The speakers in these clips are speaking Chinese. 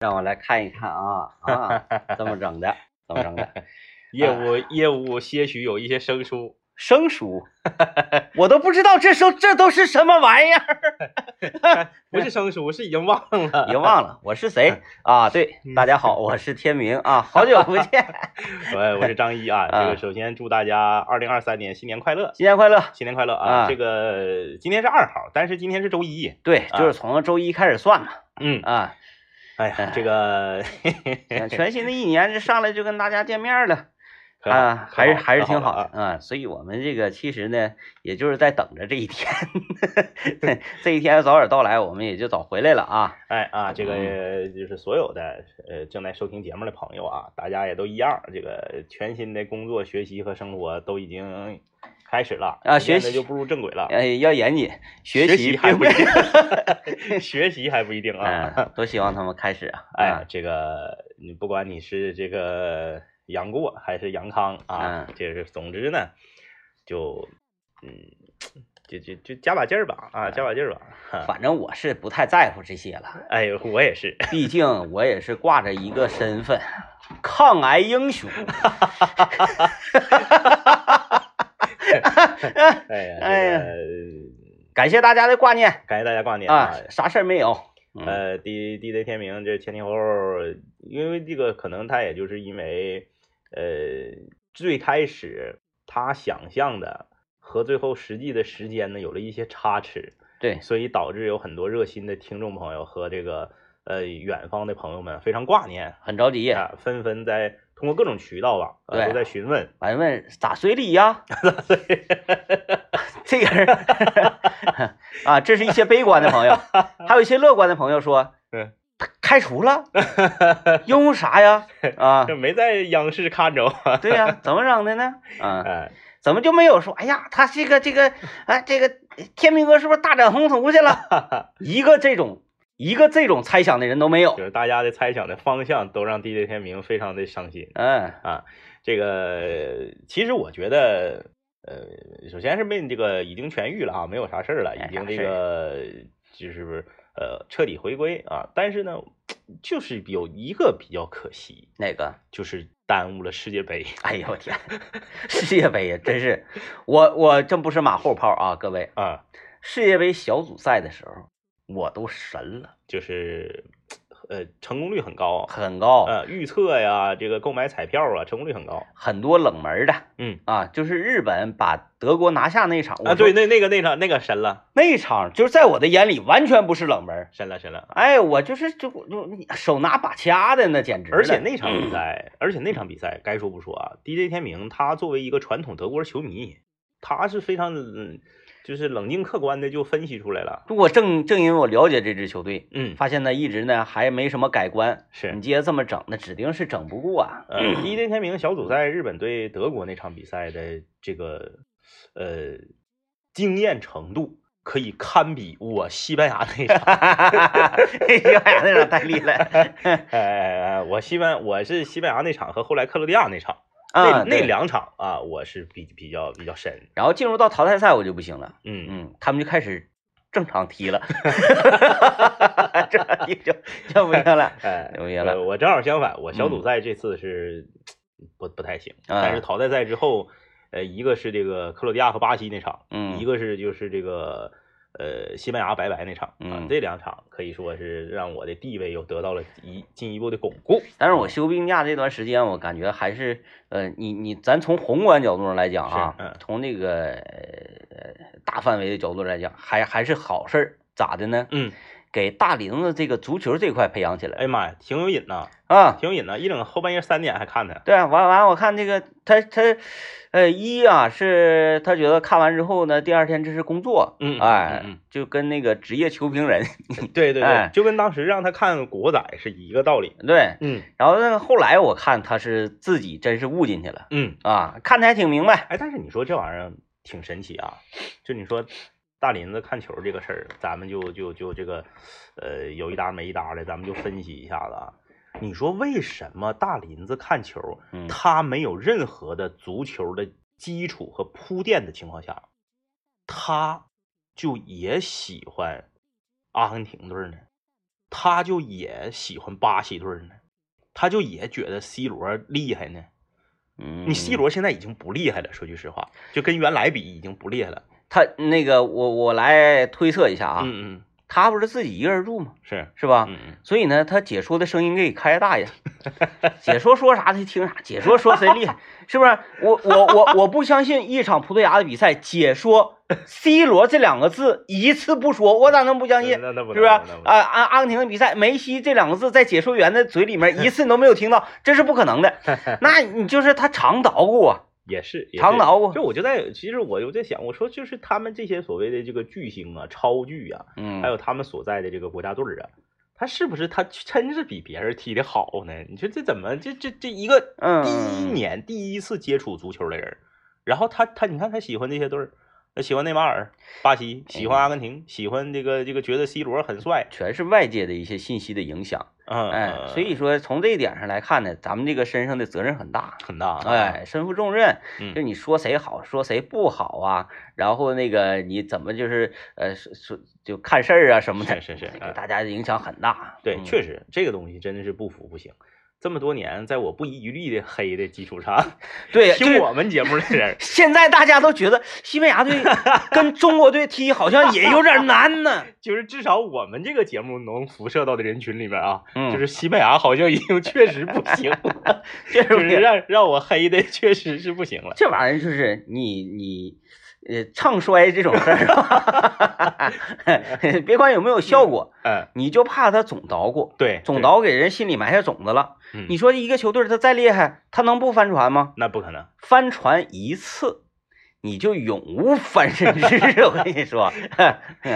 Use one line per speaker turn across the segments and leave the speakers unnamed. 让我来看一看啊 啊，怎么整的？怎么整的？
业务业务些许有一些生疏，
生疏， 我都不知道这收这都是什么玩意 儿，
不是生疏，是已经忘 了，
已经忘了我是
嗯
谁啊？对，大家好，我是天明啊，好久不 见，
我我是张一啊。这个首先祝大家二零二三年新年快乐，
新年快乐！
新年快乐
啊
啊！这个今天是二号，但是今天是周一，
对，就是从周一开始算嘛
嗯，
啊，呃
哎呀，这个
全新的一年这上来就跟大家见面了。
可好
啊，还是还是挺好
可
的
了啊。
啊，所以我们这个其实呢，也就是在等着这一天， 这一天早点到来，我们也就早回来了啊。
哎啊，这个就是所有的呃正在收听节目的朋友啊，大家也都一样，这个全新的工作、学习和生活都已经开始了
啊
现
学
在
习
就步入正轨了。
哎，要严谨，学
学
习
还
并不
不一
是。
定， 学习还不一定啊。
嗯，多希望他们开始啊！
哎呀，这个你不管你是这个杨过还是杨康啊，
嗯
就是总之呢，就嗯，就就就加把劲儿吧啊，加把劲儿吧。
嗯，
哈
反正我是不太在乎这些 了，
哎呦，我也是，
毕竟我也是挂着一个身份，抗癌英雄。
哎 呀，
哎呀
这个
感谢大家的挂念
感谢大家挂念
啊，啥事儿没有。嗯
呃，D D J 天明这前前后后，因为这个可能他也就是因为，呃，最开始他想象的和最后实际的时间呢有了一些差池，
对，
所以导致有很多热心的听众朋友和这个呃远方的朋友们非常挂念
很着急，
啊，纷纷在通过各种渠道吧，呃
对
都在询问，
完问咋随礼 呀？ 这个人 啊，这是一些悲观的朋友，还有一些乐观的朋友说，
嗯，
开除 了，因为啥呀？啊，
这没在央视看着啊，
对呀、怎么整的呢？啊，
哎，
怎么就没有说，哎呀，他这个这 个，哎，这个天明哥是不是大展宏图去了？ 一个这种一个这种猜想的人都没有
就。是大家的猜想的方向都让 D J 天明非常的伤心。
嗯
这个其实我觉得，呃，首先是被这个已经痊愈了啊，没有啥事儿了，
没啥
已经这个就是呃彻底回归啊。但是呢，就是有一个比较可惜，
那个？
就是耽误了世界杯
哎呦我天，世界杯呀，真是我我真不是马后炮啊，各位，
啊，
世界杯小组赛的时候我都神了，
就是呃成功率很高，
很高，
呃预测呀，这个购买彩票啊，成功率很高
很多冷门的，
嗯
啊，就是日本把德国拿下那一场，我
啊。
说
对，那那个那场那个神了，
那一场就是在我的眼里完全不是冷门。
神了，神了。
哎，我就是就就手拿把掐的那简直了，
而且那场比赛，而且那场比赛，该说不说啊，DJ 天明他作为一个传统德国球迷，他是非常嗯就是冷静客观的就分析出来了。
我正正因为我了解这支球队，
嗯，
发现呢一直呢还没什么改观，
是
你接着这么整，那指定是整不过啊。
呃，DJ 天明小组赛日本对德国那场比赛的这个呃经验程度，可以堪比我西班牙那场。
哈哈哈哈哈！哎那场太厉害了，
哎哎哎，我西班我是西班牙那场和后来克罗地亚那场，
啊，
那那
对。
两场啊，我是比比较比较深。
然后进入到淘汰赛我就不行了，
嗯
嗯，他们就开始正常踢 了，这你就就不行 了。
哎，
留言了嗯
呃我正好相反，我小组赛这次是不不太行，
啊
但是淘汰赛之后，呃，一个是这个克罗地亚和巴西那场，
嗯，
一个是就是这个呃西班牙白白那场，啊
嗯，
这两场可以说是让我的地位又得到了一进一步的巩固。
但是我休病假这段时间，我感觉还是，呃，你你，咱从宏观角度上来讲啊，
是嗯
从那个呃大范围的角度来讲，还还是好事儿，咋的呢？
嗯，
给大龄子这个足球这块培养起
哎
来
呀妈呀，挺有瘾呐，
啊。
挺有瘾呐！一整后半夜三点还看呢，
对啊，完完，我看这个他他，呃，一啊是他觉得看完之后呢，第二天这是工作，
嗯
哎，
嗯
就跟那个职业球评人
对对
哎
对，就跟当时让他看《古惑仔》是一个道理。
对，
嗯
然后那个后来我看他是自己真是悟进去了
嗯，
啊，看的还挺明白，
哎，但是你说这玩意儿挺神奇啊，就你说大林子看球这个事儿，咱们就就就这个，呃，有一搭没一搭的，咱们就分析一下子啊。你说为什么大林子看球，
嗯
他没有任何的足球的基础和铺垫的情况下，他就也喜欢阿根廷队呢？他就也喜欢巴西队呢？他就也觉得 C 罗厉害呢？
嗯，
你 C 罗现在已经不厉害了，说句实话，就跟原来比已经不厉害了。
嗯他那个我我来推测一下啊，
嗯嗯，
他不是自己一个人住吗？
是，
是吧？
嗯嗯，
所以呢，他解说的声音给开大爷， 解说说啥他听啥，解说说谁厉害，是不是？我我我我不相信一场葡萄牙的比赛，解说 C 罗这两个字一次不说，我咋能不相信？
那那不
是不是？啊
能，那不能
阿阿根廷的比赛，梅西这两个字在解说员的嘴里面一次你都没有听到，这是不可能 的。那你就是他常捣鼓啊，
也是也是
常捣鼓。
就我就在，其实我就在想，我说就是他们这些所谓的这个巨星啊、超巨啊，还
嗯，
有他们所在的这个国家队儿啊，他是不是他真是比别人踢的好呢？你说这怎么这这这一个
嗯
第一年第一次接触足球的人，然后他他你看他喜欢这些队儿，他喜欢内马尔、巴西，喜欢阿根廷，喜欢这个这个觉得 C 罗很帅，
全是外界的一些信息的影响。
嗯，
哎，
嗯
所以说从这一点上来看呢，咱们这个身上的责任很大。
很大，
哎，身负重任，
啊嗯，
就你说谁好，说谁不好啊，然后那个你怎么就是呃说说就看事儿啊什么的，
是是是
这
哎
对大家的影响很大。
对，
嗯
确实这个东西真的是不服不行。这么多年，在我不遗余力的黑的基础上，
对，就
听
是，
我们节目的人
现在大家都觉得西班牙 队跟中国队踢好像也有点难 呢。
就是至少我们这个节目能辐射到的人群里边啊，
嗯
就是西班牙好像已经确实不行 了，
这
就是
是
让让我黑的确实是不行了。
这玩意儿就是你你呃唱衰这种事儿， 别管有没有效果，
嗯，
你就怕他总捣鼓，
对，
总
刀，
捣给人心里埋下种子了。
嗯
你说一个球队他再厉害，他能不翻船吗？
那不可能，
翻船一次，你就永无翻身之日。我跟你说， 嗯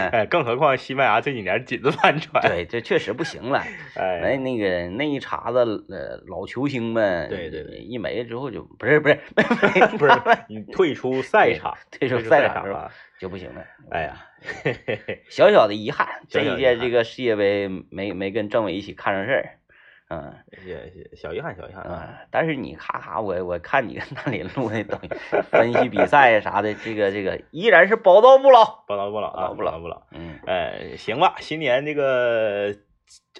哎，更何况西班牙这几年紧着帆船，
对，这确实不行了。哎，
哎，
那个那一茬子呃老球星们，
对对对
一没之后就不是不是
不 是你退出赛场，
退出
出
赛
场
场是吧
啊？
就不行了。
哎呀，嘿嘿 嘿，
小小的遗憾，
小
这
小
一
遗
届
憾
这个世界杯没没跟政委一起看上事儿，嗯
也也小遗憾，小遗憾啊。
嗯，但是你咔咔，我我看你跟大林录那东西，分析比赛啥的，这个这个依然是宝刀不老，
不老不老啊，
不
不
老
老不老。
嗯
呃，行吧，新年这个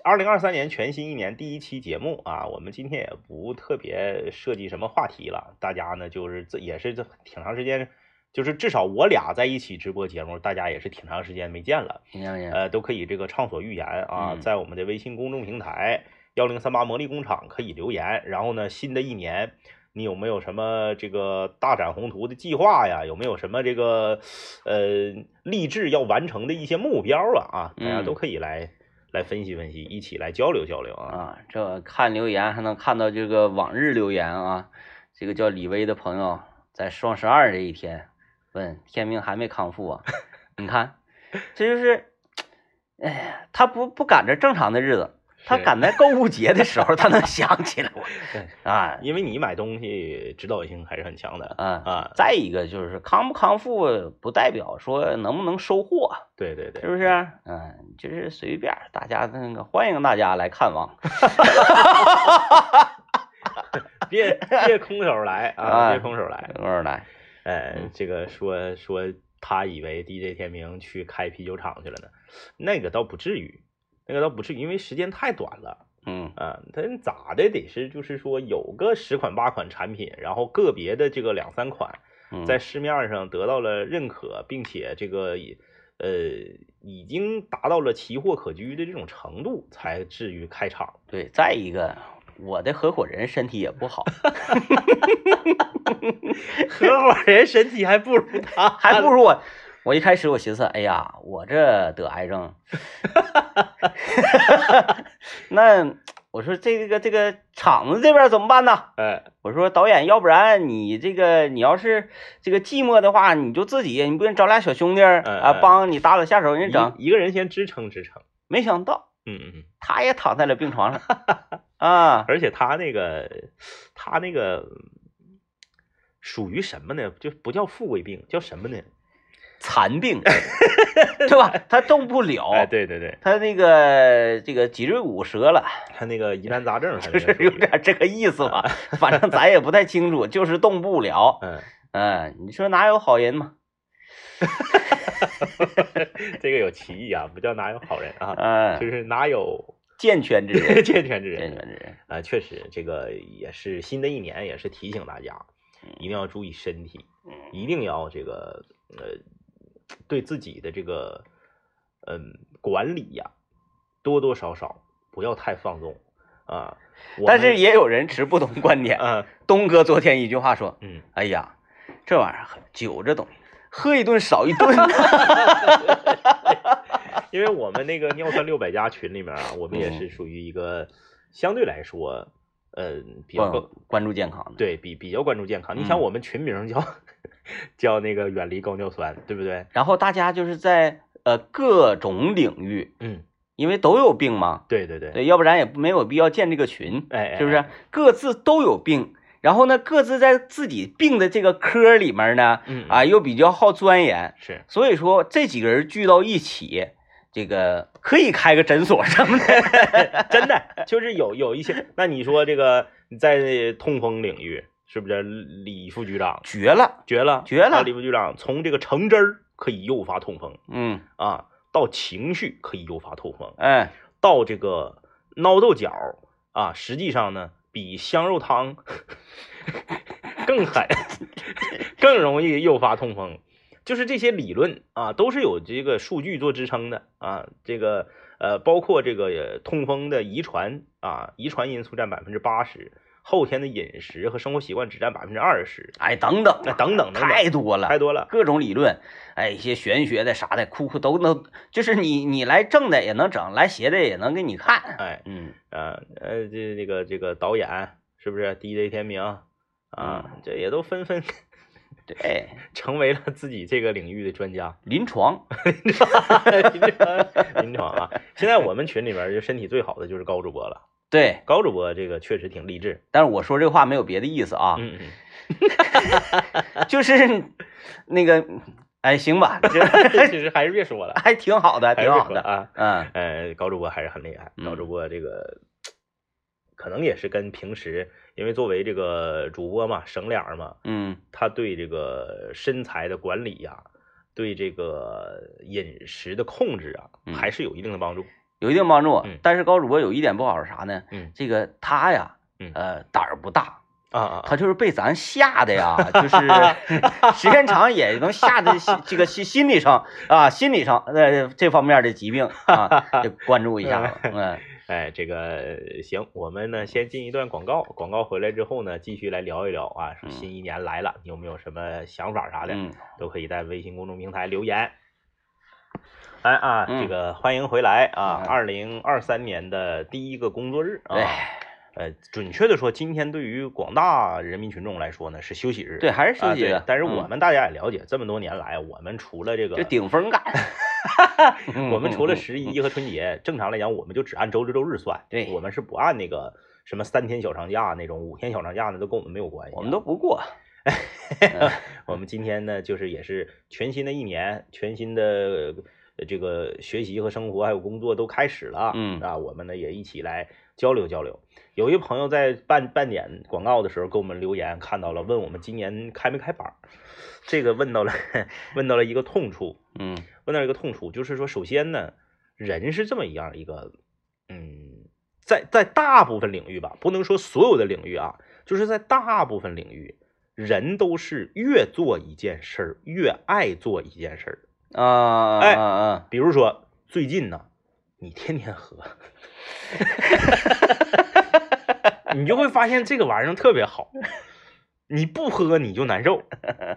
二零二三年全新一年第一期节目啊，我们今天也不特别设计什么话题了，大家呢就是这也是这挺长时间，就是至少我俩在一起直播节目，大家也是挺长时间没见了，
行行行，
呃，都可以这个畅所欲言啊，
嗯
在我们的微信公众平台幺零三八魔力工厂可以留言，然后呢，新的一年。你有没有什么这个大展宏图的计划呀？有没有什么这个呃立志要完成的一些目标啊？啊，大家
嗯
都可以来、来分析分析，一起来交流交流啊。
啊，这看留言还能看到这个往日留言啊，这个叫李威的朋友在双十二这一天问天命还没康复啊，你看，这就是，哎呀，他不不赶着正常的日子，他
是
赶在购物节的时候，他能想起来
对
我，啊
因为你买东西指导性还是很强的
啊。
啊。
再一个就是康不康复，不代表说能不能收获，
对对对，
是不是？嗯，就是随便儿，大家那个欢迎大家来看望。
别别空手来
啊
啊，别空手来。
等会儿来，
呃
嗯，
这个说说他以为 DJ 天明去开啤酒厂去了呢，那个倒不至于，那个倒不至于，因为时间太短了
嗯
啊、他咋的得是就是说有个十款八款产品，然后个别的这个两三款
嗯，
在市面上得到了认可，并且这个也呃已经达到了奇货可居的这种程度，才至于开厂。
对，再一个，我的合伙人身体也不好，
合伙人身体还不如他，
还不如我。我一开始我寻思，哎呀，我这得癌症， 那我说这个这个厂子这边怎么办呢？
哎
我说导演，要不然你这个你要是这个寂寞的话，你就自己，你不能找俩小兄弟儿
嗯
啊
嗯
帮你打打下手，人家整。
一一个人先支撑支撑，
没想到
嗯嗯嗯。
他也躺在了病床上 啊，
而且他那个，他那个嗯属于什么呢？就不叫富贵病，叫什么呢？
残 病，对吧？他动不了，
哎，对对对，
他那个这个脊椎骨折了，
他那个疑难杂症，他
就
那
是
个属
有
于
点这个意思吧。 反正咱也不太清楚，就是动不了。
嗯，
嗯，你说哪有好人嘛？
这个有歧义啊，不叫哪有好人啊，
啊
就，是哪有
健全之人，
健全之
健
人
全之人，
啊、确实，这个也是新的一年，也是提醒大家，
嗯
一定要注意身体，一定要这个呃，对自己的这个嗯管理呀、多多少少不要太放纵啊。我
但
们
是也有人持不同观点。
嗯
东哥昨天一句话说
嗯，：“
哎呀，这玩意儿酒这东西，喝一顿少一顿。
因为我们那个尿酸六百家群里面啊，我们也
嗯
是属于一个相对来说，呃，比较
关嗯关注健康的，
对比比较关注健康。你
嗯
想，我们群名叫 叫那个远离高尿酸，对不对？
然后大家就是在呃各种领域，
嗯，
因为都有病嘛，
对对对，
对，要不然也没有必要建这个群，
哎，哎
是不是
哎？
各自都有病，然后呢，各自在自己病的这个科里面呢，
嗯
啊，又比较好钻研，
是
所以说这几个人聚到一起，这个可以开个诊所什么的。
真的，就是有有一些。那你说这个你在痛风领域，是不是李副局长
绝了，
绝了？
绝了
啊李副局长从这个橙汁儿可以诱发痛风
嗯，
啊，到情绪可以诱发痛风，
哎，
到这个孬豆角啊，实际上呢，比香肉 汤更狠， 更容易诱发痛风。就是这些理论啊，都是有这个数据做支撑的啊。这个呃，包括这个呃痛风的遗传啊，遗传因素占百分之八十，后天的饮食和生活习惯只占百分之二十，
哎，等等
那，等等等等
太多了，
太多了。
各种理论，哎，一些玄学的啥的，哭哭都能，就是你你来正的也能整，来邪的也能给你看。
哎，
嗯，
呃呃，这这个这个导演是不是 DJ 天明啊？
嗯
这也都纷纷
对，
成 为了自己这个领域的专 家。
临床，
临床啊，现在我们群里边就身体最好的就是高主播了。
对，
高主播这个确实挺励志
但是我说这话没有别的意思啊，
嗯嗯，
就是那个，哎，行吧， 这
其嗯实还是别说了，
还挺好的，
还是
挺
别
好
说了
的，
啊。
嗯，
呃，高主播还是很厉害，
嗯
高主播这个可能也是跟平时，因为作为这个主播嘛，省脸儿嘛，
嗯
他对这个身材的管理呀、对这个饮食的控制啊，
嗯
还是有一定的帮助。
有一定帮助
嗯。
但是高主播有一点不好是啥呢？
嗯
这个他呀
嗯，
呃，胆儿不大，
啊啊啊
他就是被咱吓得呀，就是 时间长也能吓得心这个心心理上啊，心理上呃这方面的疾病啊，得关注一下 子。嗯，
哎，这个行，我们呢先进一段广告，广告回来之后呢，继续来聊一聊啊，
嗯
说新一年来了，你有没有什么想法啥的，
嗯
都可以在微信公众平台留言。哎啊，
嗯
这个欢迎回来啊！
嗯
二零二三年的第一个工作日啊
对，
呃，准确的说，今天对于广大人民群众来说呢是休息日，
对，还是
啊
休息
对
的。
但是我
嗯
们大家也了解，这么多年来，我们除了这个
就顶风干，
我们除了
嗯嗯嗯
十一和春节，正常来讲，我们就只按周六周日算。
对
我们是不按那个什么三天小长假那种、五天小长假那都跟我们没有关系啊。
我们都不过，
我们今天呢，就是也是全新的一年，全新的呃这个学习和生活还有工作都开始了。
嗯
啊，我们呢也一起来交流交流。有一朋友在办办点广告的时候给我们留言，看到了，问我们今年开没开板儿，这个问到了 问到了一个痛处。
嗯
问到一个痛处，就是说，首先呢，人是这么一样一个，嗯，在在大部分领域吧，不能说所有的领域啊，就是在大部分领域，人都是越做一件事儿越爱做一件事儿。
啊啊
哎
啊啊，
比如说最近呢，你天天喝，你就会发现这个玩意儿特别好。你不喝你就难受，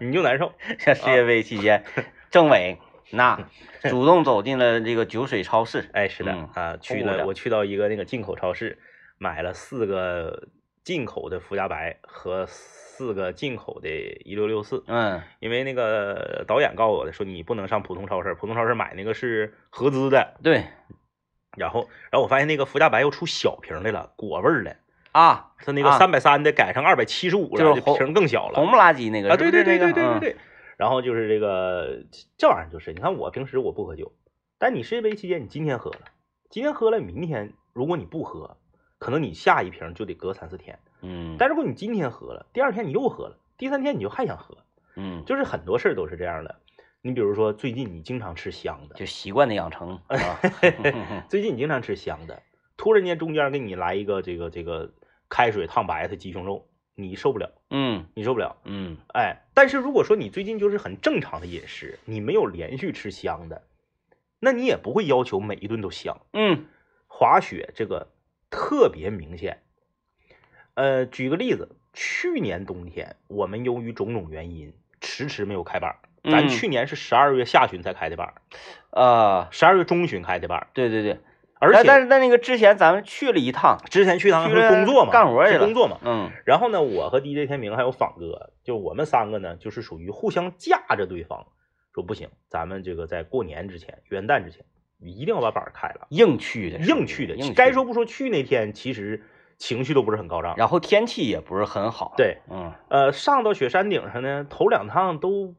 你就难受。
像世界杯期间，政委那主动走进了这个酒水超市，
哎，是的
嗯
啊，去
服务
了
的
我去到一个那个进口超市，买了四个进口的福加白和四个进口的一六六四，
嗯
因为那个导演告诉我的，说你不能上普通超市，普通超市买那个是合资的。
对
然后，然后我发现那个福加白又出小瓶的了，果味儿的，
啊，
它那个
啊
三百三的改成二百七十五
就
了，
是
这
红
瓶儿更小了。
红不拉几那个
啊，
是
对
不
对
是
对
那
对
个
对对
嗯
对。然后就是这个这玩意儿就是，你看我平时我不喝酒，但你世界杯期间你今天喝了，今天喝了，明天如果你不喝，可能你下一瓶就得隔三四天。
嗯，
但如果你今天喝了，第二天你又喝了，第三天你就还想喝，
嗯
就是很多事儿都是这样的。你比如说最近你经常吃香的，
就习惯的养 成啊。
最近你经常吃香的，突然间中间给你来一个这个这个开水烫白菜鸡胸肉，你受不了，
嗯
你受不了。
嗯
哎，但是如果说你最近就是很正常的饮食，你没有连续吃香的，那你也不会要求每一顿都香。
嗯
滑雪这个特别明显。呃，举个例子，去年冬天我们由于种种原因迟迟没有开板儿，咱
嗯
去年是十二月下旬才开的板儿，
啊，
十二月中旬开的板儿，
对对对，
而
但
且
但是在那个之前咱们去了一趟，
之前去趟
去
是
了
工作嘛，
干活去
是
了
工作嘛。
嗯
然后呢，我和 DJ 天明还有仿哥，就我们三个呢，就是属于互相架着对方，说不行，咱们这个在过年之前、元旦之前，一定要把板儿开了，
硬去的，
硬去的。
硬
该说不说，去那天其实情绪都不是很高涨。
然后天气也不是很好，，
对，
嗯
呃，上到雪山顶上呢，头两趟都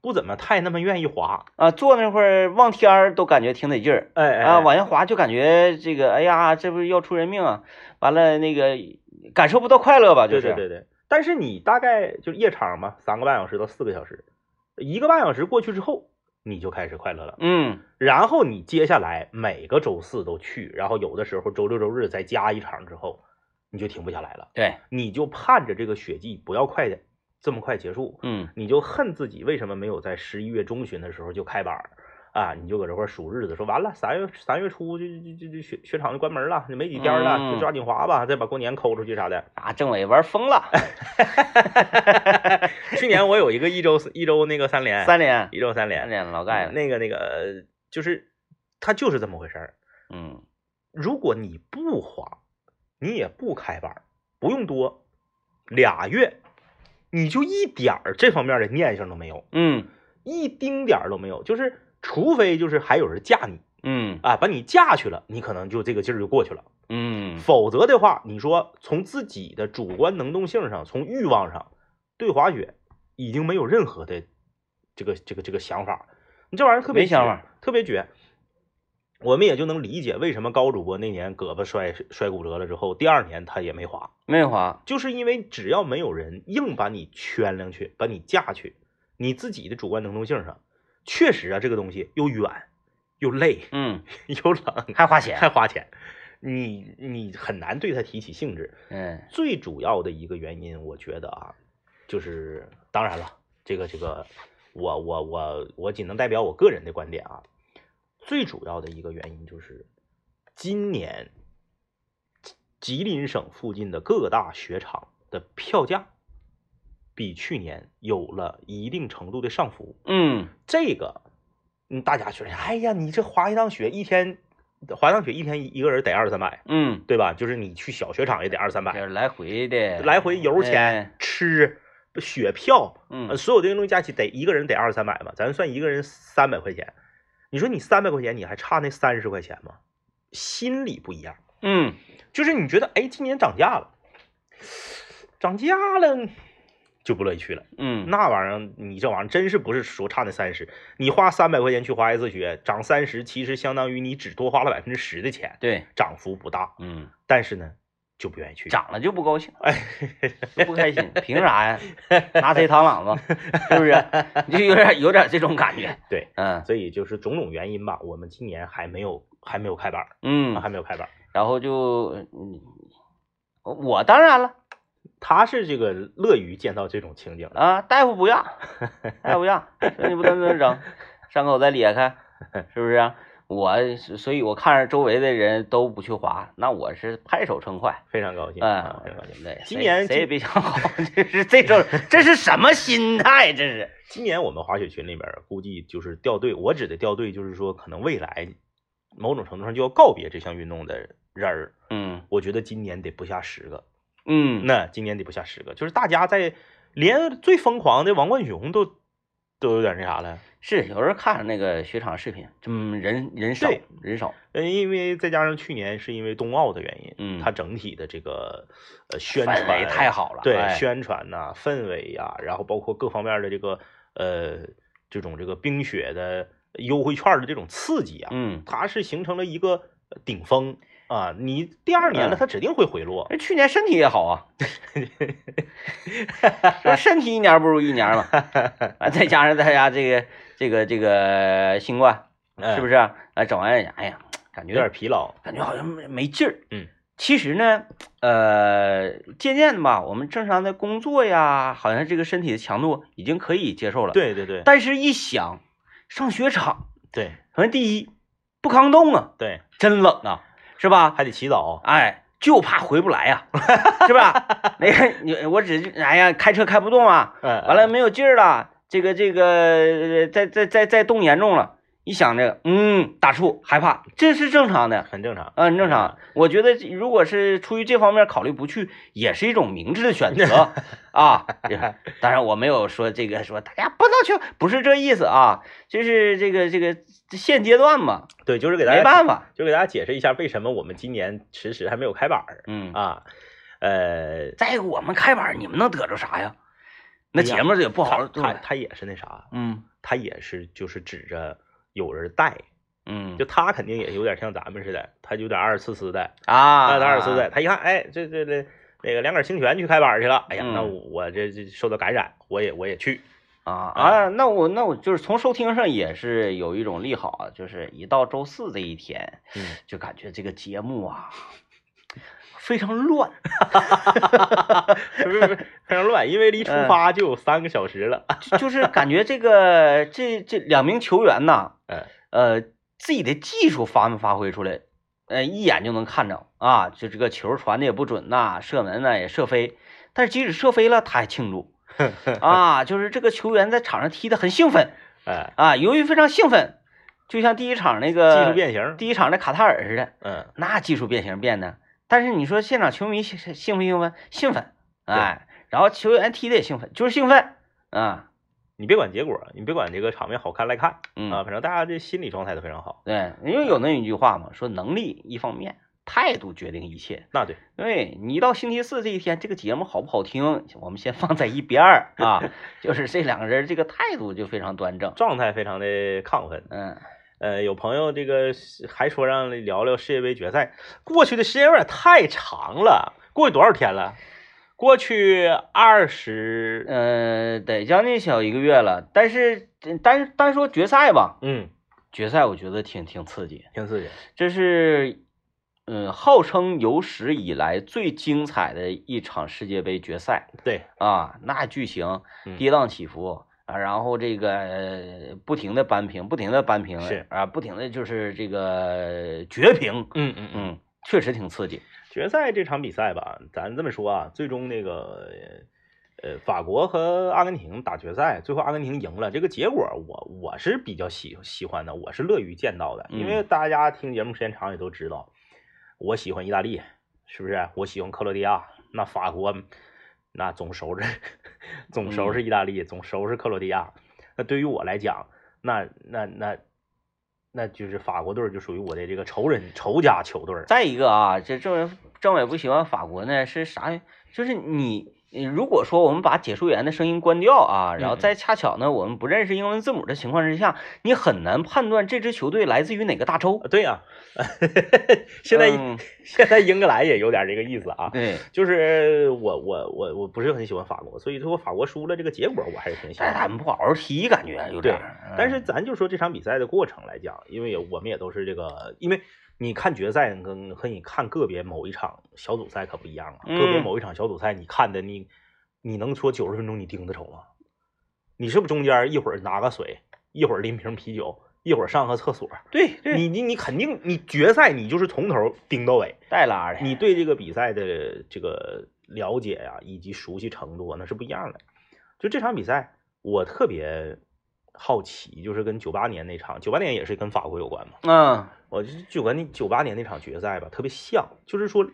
不怎么太那么愿意滑，
啊，坐那会儿望天儿都感觉挺得劲儿。
哎哎
啊，往下滑就感觉这个，哎呀，这不是要出人命啊！完了，那个感受不到快乐吧？就
对
是，
对对对。但是你大概就夜场嘛，三个半小时到四个小时，一个半小时过去之后，你就开始快乐了。
嗯
然后你接下来每个周四都去，然后有的时候周六周日再加一场之后，你就停不下来了，
对，
你就盼着这个雪季不要快点这么快结束，
嗯
你就恨自己为什么没有在十一月中旬的时候就开板儿啊？你就搁这块儿数日子，说完了三月三月初就就就就雪雪场就关门了，没几天了，
嗯
就抓紧滑吧，再把过年抠出去啥的。
啊，政委玩疯 了，
去年我有一个一周一周那个三连，
三连，
一周
三
三连，
连老盖了，
那个那个呃就是它就是这么回事儿。
嗯
如果你不滑，你也不开板儿，不用多，俩月，你就一点儿这方面的念想都没有。
嗯
一丁点儿都没有，就是除非就是还有人架你
嗯
啊，把你架去了，你可能就这个劲儿就过去了，
嗯，
否则的话，你说从自己的主观能动性上，从欲望上，对滑雪已经没有任何的这个这个这个想法，你这玩意儿特别
没想
绝
法，
特别绝。我们也就能理解为什么高主播那年胳膊摔摔骨折了之后，第二年他也没滑，
没滑，
就是因为只要没有人硬把你圈上去，把你架去，你自己的主观能动性上，确实啊，这个东西又远又累
嗯，
又冷，
还花钱，
还花钱，你你很难对它提起兴致。
嗯
最主要的一个原因，我觉得啊，就是当然了，这个这个，我我我我仅能代表我个人的观点啊。最主要的一个原因就是，今年吉吉林省附近的各大雪场的票价比去年有了一定程度的上浮。
嗯
这个，嗯，大家觉得，哎呀，你这滑一趟雪一天，滑一趟雪一天一一个人得二三百，
嗯，
对吧？就是你去小雪场也得二三百
这。是来回的，
来回油钱
哎、
吃、雪票，
嗯
呃，所有这些东西加起得一个人得二三百嘛，咱算一个人三百块钱。你说你三百块钱，你还差那三十块钱吗？心里不一样，
嗯
就是你觉得，哎，今年涨价了，涨价了就不乐意去了。
嗯，
那玩意儿，你这玩意儿真是不是说差那三十，你花三百块钱去滑一次雪，涨三十，其实相当于你只多花了百分之十的钱，
对，
涨幅不大，
嗯，
但是呢，就不愿意去。
涨了就不高兴，
哎
就不开 心，凭啥呀？拿谁螳螂子？是不是？你就有点有点这种感觉，
对，
嗯
所以就是种种原因吧，我们今年还没有还没有开板儿，
嗯
啊，还没有开板儿。
然后就嗯，我当然了
他是这个乐于见到这种情景的，
啊，大夫 不让，大夫不让，说你不能这么整，伤口再裂开，是不是啊、我所以，我看着周围的人都不去滑，那我是拍手称快，
非常高兴啊
嗯，
非常高兴。，
对，
今年
谁谁也别想好，这是这 种，这是什么心态？这是，
今年我们滑雪群里边儿估计就是掉队，我指的掉队就是说可能未来某种程度上就要告别这项运动的人儿，
嗯
我觉得今年得不下十个，
嗯，
那今年得不下十个，就是大家在连最疯狂的王冠雄都都有点那啥了。
是有人看那个雪场视频，嗯，人人少
对，
人少，
呃，因为再加上去年是因为冬奥的原因，
嗯
它整体的这个呃宣传
氛围太好了，
对、
哎
宣传呐、氛围呀、然后包括各方面的这个呃这种这个冰雪的优惠券的这种刺激啊，
嗯
它是形成了一个顶峰，啊，你第二年了，
嗯
他指定会回落。
哎去年身体也好 啊，是吧身体一年不如一年嘛，啊，再加上大家这个这个这个新冠，是不
是
是啊？啊整完人家，哎呀，感觉
有点疲劳？
感觉好像没没劲儿。
嗯，
其实呢，呃，渐渐的吧，我们正常的工作呀，好像这个身体的强度已经可以接受了。，
对对对
但是一想上雪场，
对
首先第一不抗冻啊，
对，
真冷啊，是吧？
还得洗澡。
哎，就怕回不来呀、是吧？那个你我只是哎呀，开车开不动啊，
嗯，
完了没有劲儿了，这个这个呃再再再再冻严重了，一想这个嗯打怵害怕，这是正常的。
很正常。
啊，很正常。我觉得如果是出于这方面考虑不去，也是一种明智的选 择啊。当然，我没有说这个说大家不能去，不是这意思啊，就是这个这个现阶段嘛，
对，就是给大
没
家
办法，
就给大家解释一下为什么我们今年迟迟还没有开板儿
嗯。
啊。呃，
再一个，我们开板儿，你们能得着啥呀？那
哎呀
节目也不好
他
做
他他也是那啥，
嗯
他也是就是指着有人带，
嗯
就他肯定也有点像咱们似的，他有点二次思的，
啊，
他二次思的，他一看，哎，这这这那个两杆清泉去开板儿去了，哎呀，
嗯
那我这这受到感染，我也我 也去，
啊
啊
啊，那我那我就是从收听上也是有一种利好啊，就是一到周四这一天，
嗯，
就感觉这个节目啊非常乱，
不是不是非常乱，因为离出
嗯
发就有三个小时了，
就就是感觉这个这这两名球员 呐，
嗯
呃，自己的技术发没发挥出来，呃，一眼就能看着啊，就这个球传的也不准呐、射门呢也射飞，但是即使射飞了，他还庆 祝啊，就是这个球员在场上踢得很兴奋
哎，
啊，由于非常兴奋，就像第一场那个
技术变形，
呃第一场的卡塔尔似的，
嗯，
那技术变形变的，但是你说现场球迷兴兴不兴奋？兴奋，哎，然后球员踢的也兴奋，就是兴奋啊，
你别管结果，你别管这个场面好看来看
嗯
啊，反正大家这心理状态都非常好，
对，因为有那一句话嘛，说能力一方面，态度决定一切。
那对，
对你一到星期四这一天，这个节目好不好听，我们先放在一边儿啊。就是这两个人这个态度就非常端正。
状态非常的亢奋，
嗯，
呃，有朋友这个是还说让聊聊世界杯决赛，过去的时间有点太长了，过去多少天了？过去二十，
呃，得将近小一个月了，但是嗯单单说决赛吧，
嗯，
决赛我觉得挺挺刺激，
挺刺激，
这是。嗯，号称有史以来最精彩的一场世界杯决赛，
对，
啊，那剧情
嗯
跌宕起伏、啊，然后这个、呃不停的扳平，不停的扳平，
是
啊，不停的就是这个绝平，
嗯嗯嗯，
嗯，确实挺刺激，
决赛这场比赛吧，咱这么说啊，最终那个呃，法国和阿根廷打决赛，最后阿根廷赢了，这个结果我我是比较喜喜欢的，我是乐于见到的，因为大家听节目时间长也都知道，我喜欢意大利，是不是？我喜欢克罗地亚，那法国那总收拾 总收拾意大利，总收拾克罗地亚，那对于我来讲，那那那。那就是法国队儿就属于我的这个仇人仇家球队儿，
再一个啊，这政委政委不喜欢法国呢，是啥？就是你你如果说我们把解说员的声音关掉啊，然后
嗯嗯
再恰巧呢，我们不认识英文字母的情况之下，你很难判断这支球队来自于哪个大洲
啊。对呀、 现在、
嗯
现在英格兰也有点这个意思啊，
对，
就是我我我我不是很喜欢法国，所以最后法国输了这个结果我还是挺喜
但是
欢的。
他们不好好踢，感觉有点儿。嗯
但是咱就说这场比赛的过程来讲，因为也我们也都是这个，因为你看决赛跟和你看个别某一场小组赛可不一样啊，
嗯
个别某一场小组赛你看的你你能说九十分钟你盯得瞅吗？你是不是中间一会儿拿个水，一会儿拎瓶啤酒，一会儿上个厕所？
对对，
你你你肯定你决赛你就是从头盯到尾，
带拉的，
你对这个比赛的这个了解呀、以及熟悉程度啊，那是不一样的。就这场比赛，我特别好奇，就是跟九八年那场，九八年也是跟法国有关嘛。
嗯。
我就就跟九八年那场决赛吧，特别像，就是说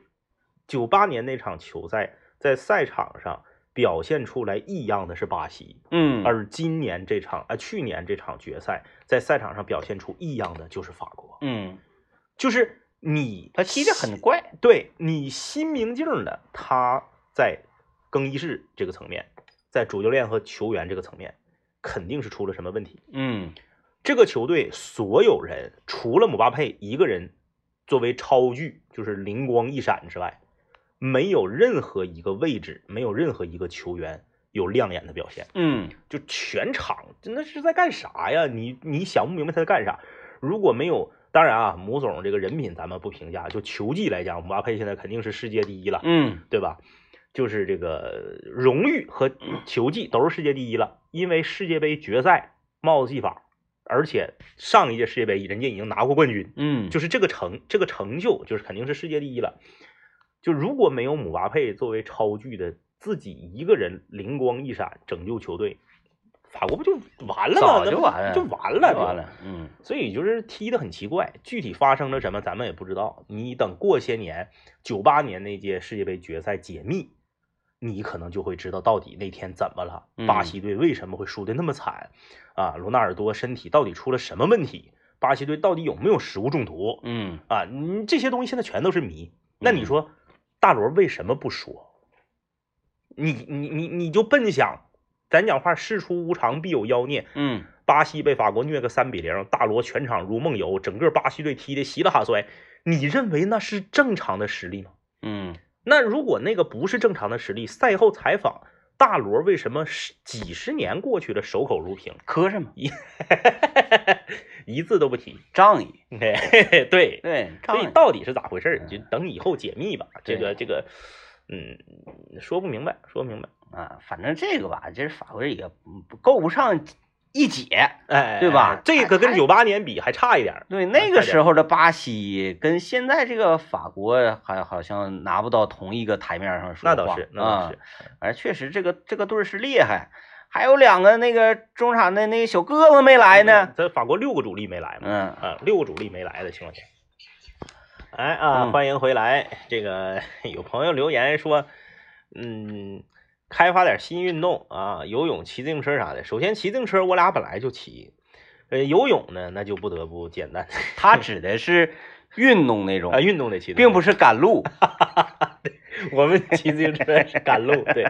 九八年那场球赛在赛场上表现出来异样的是巴西，
嗯，
而今年这场啊、去年这场决赛在赛场上表现出异样的就是法国，
嗯，
就是你
他踢得很怪，
对你心明镜儿的，他在更衣室这个层面，在主教练和球员这个层面，肯定是出了什么问题。
嗯
这个球队所有人除了姆巴佩一个人作为超巨，就是灵光一闪之外，没有任何一个位置，没有任何一个球员有亮眼的表现。
嗯，
就全场真的是在干啥呀？你你想不明白他在干啥？如果没有，当然啊，母总这个人品咱们不评价，就球技来讲，姆巴佩现在肯定是世界第一了，
嗯，
对吧？就是这个荣誉和球技都是世界第一了，因为世界杯决赛帽子戏法，而且上一届世界杯人家已经拿过冠军，
嗯，
就是这个成这个成就，就是肯定是世界第一了。就如果没有姆巴佩作为超巨的自己一个人灵光一闪拯救球队，法国不就完了吗？
早
那
就
不
完了
就完了，
太完。了，嗯
所以就是踢得很奇怪，具体发生了什么咱们也不知道。你等过些年，九八年那届世界杯决赛解密，你可能就会知道到底那天怎么了，
嗯
巴西队为什么会输得那么惨，啊，罗纳尔多身体到底出了什么问题，巴西队到底有没有食物中毒，
嗯
啊，你这些东西现在全都是谜。那你说，大罗为什么不说？你你你你就笨想，咱讲话事出无常必有妖孽。
嗯，
巴西被法国虐个三比零，大罗全场如梦游，整个巴西队踢得稀里哈摔。你认为那是正常的实力吗？
嗯
那如果那个不是正常的实力，赛后采访大罗为什么十几十年过去了守口如瓶，
磕碜嘛，
一字都不提？
仗义，
嘿，对，
对，
所
仗义，
以到底是咋回事儿，
嗯
就等以后解密吧。这个这个，嗯，说不明白，说不明白。
啊，反正这个吧，这法国人也不够不上一姐。
哎
对吧
这个跟
还
九八年比还差一点儿。
对，
啊
那个
快点
时候的巴西跟现在这个法国还好像拿不到同一个台面上说
那
话，
倒是，那倒是
啊，，反正确实这个这个队儿是厉害，还有两个那个中场的那个小个子没来呢，
咱嗯法国六个主力没来嘛，
嗯
啊，六个主力没来的情况下，哎啊，
嗯
欢迎回来。这个 有朋友留言说，嗯，开发点新运动啊，游泳、骑自行车啥的。首先，骑自行车我俩本来就骑，呃，游泳呢那就不得不简单
他指的是运动那种
啊，，运动得骑，
并
是。
不是赶路，
我们骑自行车是赶路， 对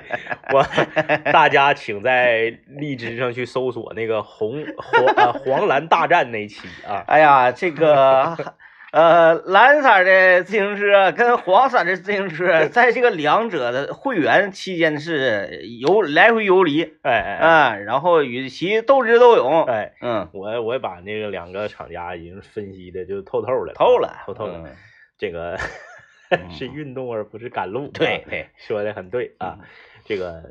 我，大家请在荔枝上去搜索那个红黄呃黄蓝大战那期啊，
哎呀，这个呃蓝色儿的自行车跟黄色儿的自行车，在这个两者的会员期间是游来回游离
哎哎
啊，然后与其斗智斗勇，
哎，
嗯，
我我也把那个两个厂家已经分析的就透透了，啊
透了，
透透了，
嗯
这个
嗯
是运动而不是赶路，
对嗯
啊
对，
说的很对啊，这个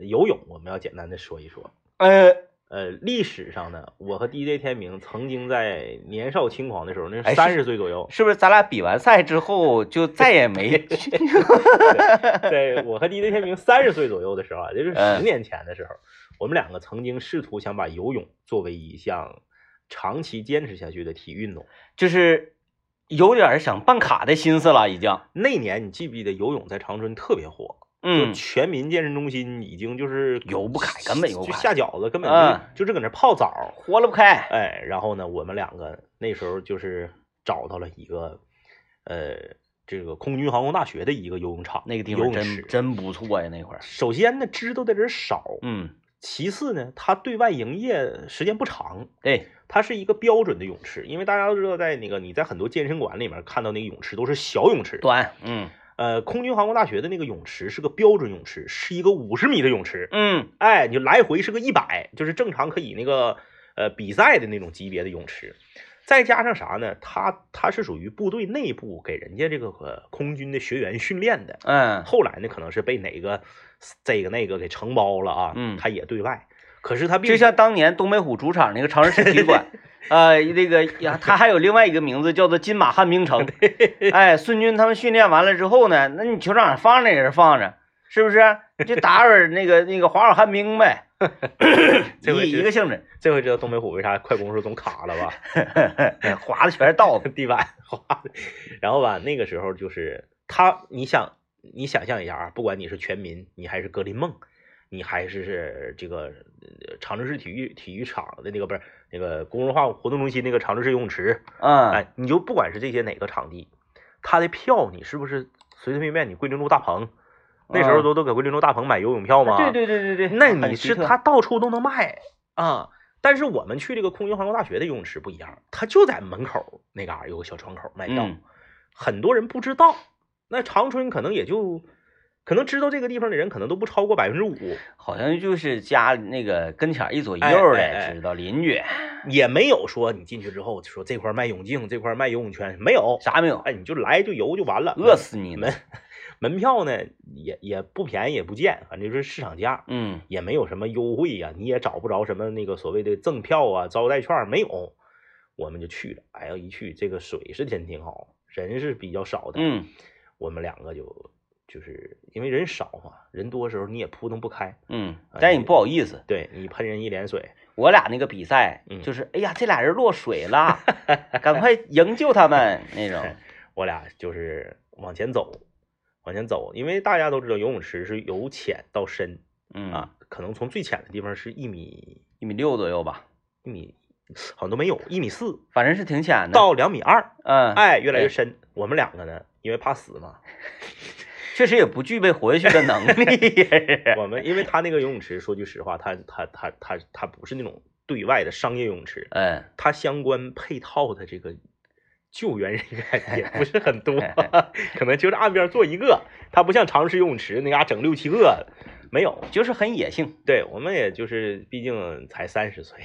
游泳我们要简单的说一说。
呃，
呃，历史上呢，我和 DJ 天明曾经在年少轻狂的时候，那
哎
是
是
三十岁左 右，
是不是咱俩比完赛之后就再也 没
对我和 DJ 天明三十岁左右的时候啊，也就是
嗯
十年前的时候，我们两个曾经试图想把游泳作为一项长期坚持下去的体育运动。
就是有点想办卡的心思了，已经。
那年你记不记得游泳在长春特别火？就
嗯，
全民健身中心已经就是
游不开根本游不
就
开
下饺子，根本
嗯
就就是搁那泡澡。
活了不开。
哎，然后呢，我们两个那时候就是找到了一个，呃，这个空军航空大学的一个游泳场，
那个地
游
方
泳
真
池。
真不错呀，那块儿。
首先呢，知道的人少，
嗯，
其次呢，它对外营业时间不长，
对，
它是一个标准的泳池，因为大家都知道，在那个你在很多健身馆里面看到那个泳池都是小泳池，
短。嗯
呃，空军航空大学的那个泳池是个标准泳池，是一个五十米的泳池，
嗯
哎，你就来回是个一百，就是正常可以那个呃比赛的那种级别的泳池，再加上啥呢？它它是属于部队内部给人家这个呃空军的学员训练的，
嗯
后来呢，可能是被哪个这个那个给承包了啊，
嗯
他也对外，可是他并
就像当年东北虎主场那个长治体育 馆，呃，那个呀，它还有另外一个名字叫做金马旱冰城。哎，孙军他们训练完了之后呢，那你球场上放着也是放着，是不是？你就打会儿那个那个滑会儿旱冰呗，
这回
一
知
一个性质，
这回知道东北虎为啥快攻时总卡了吧，
滑的全是道子。
地板 滑的，然后吧，那个时候就是他，你想你想象一下啊，不管你是全民，你还是格林梦。你还是是这个呃长春市体育体育场的那个不是那个工人化活动中心那个长春市游泳池，
嗯，
哎，你就不管是这些哪个场地，它的票你是不是随随便便你桂林路大棚，那时候都都搁桂林路大棚买游泳票吗？
啊对对对对对，
那
汉
你
语
是
奇特
它到处都能卖啊。但是我们去这个空军航空大学的游泳池不一样，它就在门口那嘎、有个小窗口卖票，
嗯
很多人不知道。那长春可能也就，可能知道这个地方的人可能都不超过百分之五，
好像就是家那个跟前儿一左一
哎
右
哎哎
的知道邻居，
也没有说你进去之后说这块卖泳镜，这块卖游泳圈，没有。
啥没有，
哎，你就来就游就完了，
饿死你
门
们。
门票呢也也不便宜也不贱，反正就是市场价，
嗯，
也没有什么优惠啊呀、你也找不着什么那个所谓的赠票啊、招待券儿没有，我们就去了。哎呀，一去这个水是真挺好，人是比较少的。，
嗯
我们两个就就是因为人少嘛，人多的时候你也扑腾不开，
嗯，
哎
但也不好意思，
对你喷人一脸水，
我俩那个比赛
嗯
就是，哎呀，这俩人落水了，赶快营救他 们那种。
我俩就是往前走，往前走，因为大家都知道游泳池是由浅到深
嗯
啊，，可能从最浅的地方是一米
一米六左右吧，
一米，好像都没有一米四
反正是挺浅的。
到两米二，
嗯，
哎，越来越
对
深。我们两个呢，因为怕死嘛，
确实也不具备活下去的能 力。
我们因为他那个游泳池，说句实话，他他他他他不是那种对外的商业游泳池，
嗯，
它相关配套的这个救援人员也不是很多，可能就是岸边坐一个，它不像长池游泳池那嘎整六七个，没有。
就是很野性，
对我们也就是，毕竟才三十岁，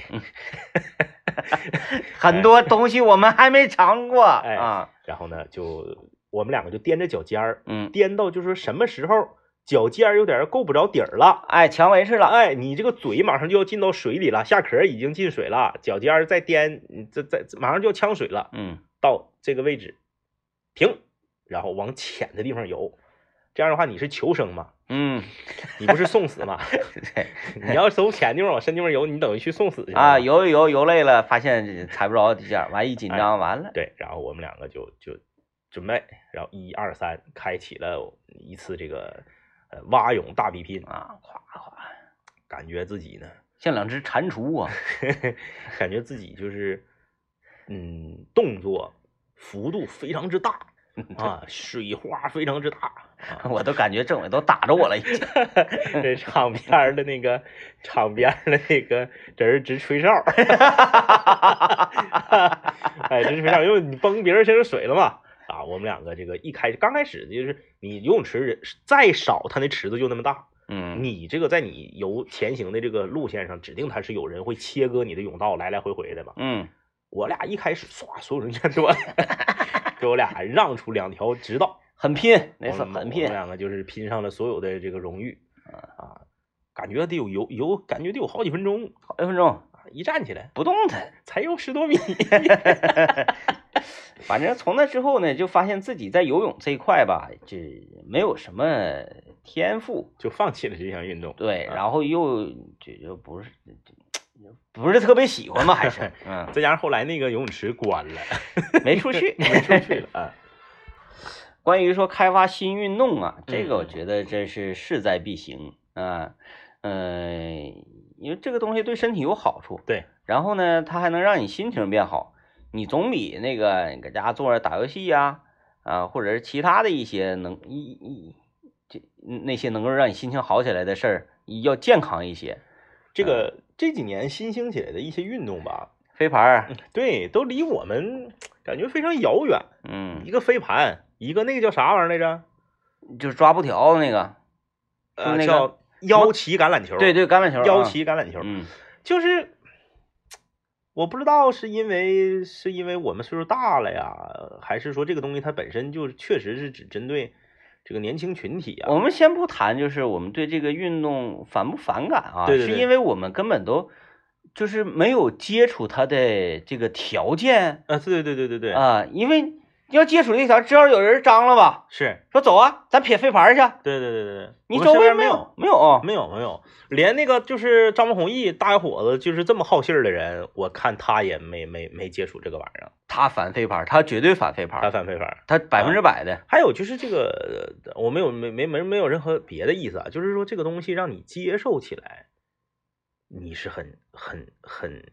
很多东西我们还没尝过
哎
啊。
然后呢，就我们两个就踮着脚尖儿，
嗯，
颠到就是什么时候脚尖儿有点够不着底儿了。
哎，强维是了。
哎，你这个嘴马上就要进到水里了，下壳已经进水了，脚尖儿再颠，你这再马上就要呛水了，
嗯，
到这个位置停，然后往浅的地方游。这样的话，你是求生嘛，
嗯，
你不是送死嘛？
对
你要走浅地方往深地方游，你等于去送死去了
啊，游一游游累了，发现踩不着底下，完一紧
哎
张完了。
对，然后我们两个就就准备，然后一二三，开启了一次这个呃蛙泳大比拼，
啊，夸夸，
感觉自己呢
像两只蟾蜍啊。。
感觉自己就是，嗯，动作幅度非常之大啊，水花非常之大啊
我都感觉政委都打着我了，已经。
这场边儿的那个场边儿的那个人直吹哨儿， 哎，直吹哨儿，因为你崩别人身上水了嘛。啊，我们两个这个一开始刚开始就是你游泳池人再少，它那池子就那么大。
嗯，
你这个在你游前行的这个路线上，指定它是有人会切割你的泳道，来来回回的嘛。
嗯，
我俩一开始唰，所有人全躲，给我俩让出两条直 道，
很拼，那
我
次
们
很
我
拼
们。两个就是拼上了所有的这个荣誉啊，感觉得有游游，感觉得有好几分钟
好一分钟
啊一站起来
哎不动弹。
才游十多米，
反正从那之后呢，就发现自己在游泳这一块吧，就没有什么天赋。
就放弃了这项运动。
对，
啊
然后又就就不是不是特别喜欢吧，还是嗯，
再加上后来那个游泳池关了，
没出去。
没出去了。 啊
关于说开发新运动啊，这个我
嗯
觉得真是势在必行啊，呃，因为这个东西对身体有好处，
对，
然后呢，它还能让你心情变好，你总比那个你搁家坐着打游戏呀、啊，或者是其他的一些能一一这嗯那些能够让你心情好起来的事儿要健康一些。
这个这几年新兴起来的一些运动吧，
飞盘儿，
对，都离我们感觉非常遥远。
嗯
一，个飞盘，一个那个叫啥玩意儿来着？
嗯就是抓布条那个，那
呃，
个
叫腰旗橄榄球。
对对，橄榄球啊，
腰旗橄榄球，
嗯，
就是我不知道是因为是因为我们岁数大了呀，还是说这个东西它本身就是确实是只针对这个年轻群体啊
我。们先不谈，就是我们对这个运动反不反感啊，
对对对
是因为我们根本都就是没有接触它的这个条件
啊，对对对对对，
啊，因为要接触这条，只要有人张了吧，
是，
说走啊，咱撇飞盘儿去，
对对对对对，
你
我们
周
身
围
边
没
没
有啊没有，
没有没有，连那个就是张文宏毅大伙子就是这么好信儿的人，我看他也没没没接触这个玩意儿，
他反飞盘儿，他绝对反飞盘
他
儿，
反啊非法。
他百分之百的，
还有就是这个，呃我没有没没没没有任何别的意思啊，就是说这个东西让你接受起来，你是很很很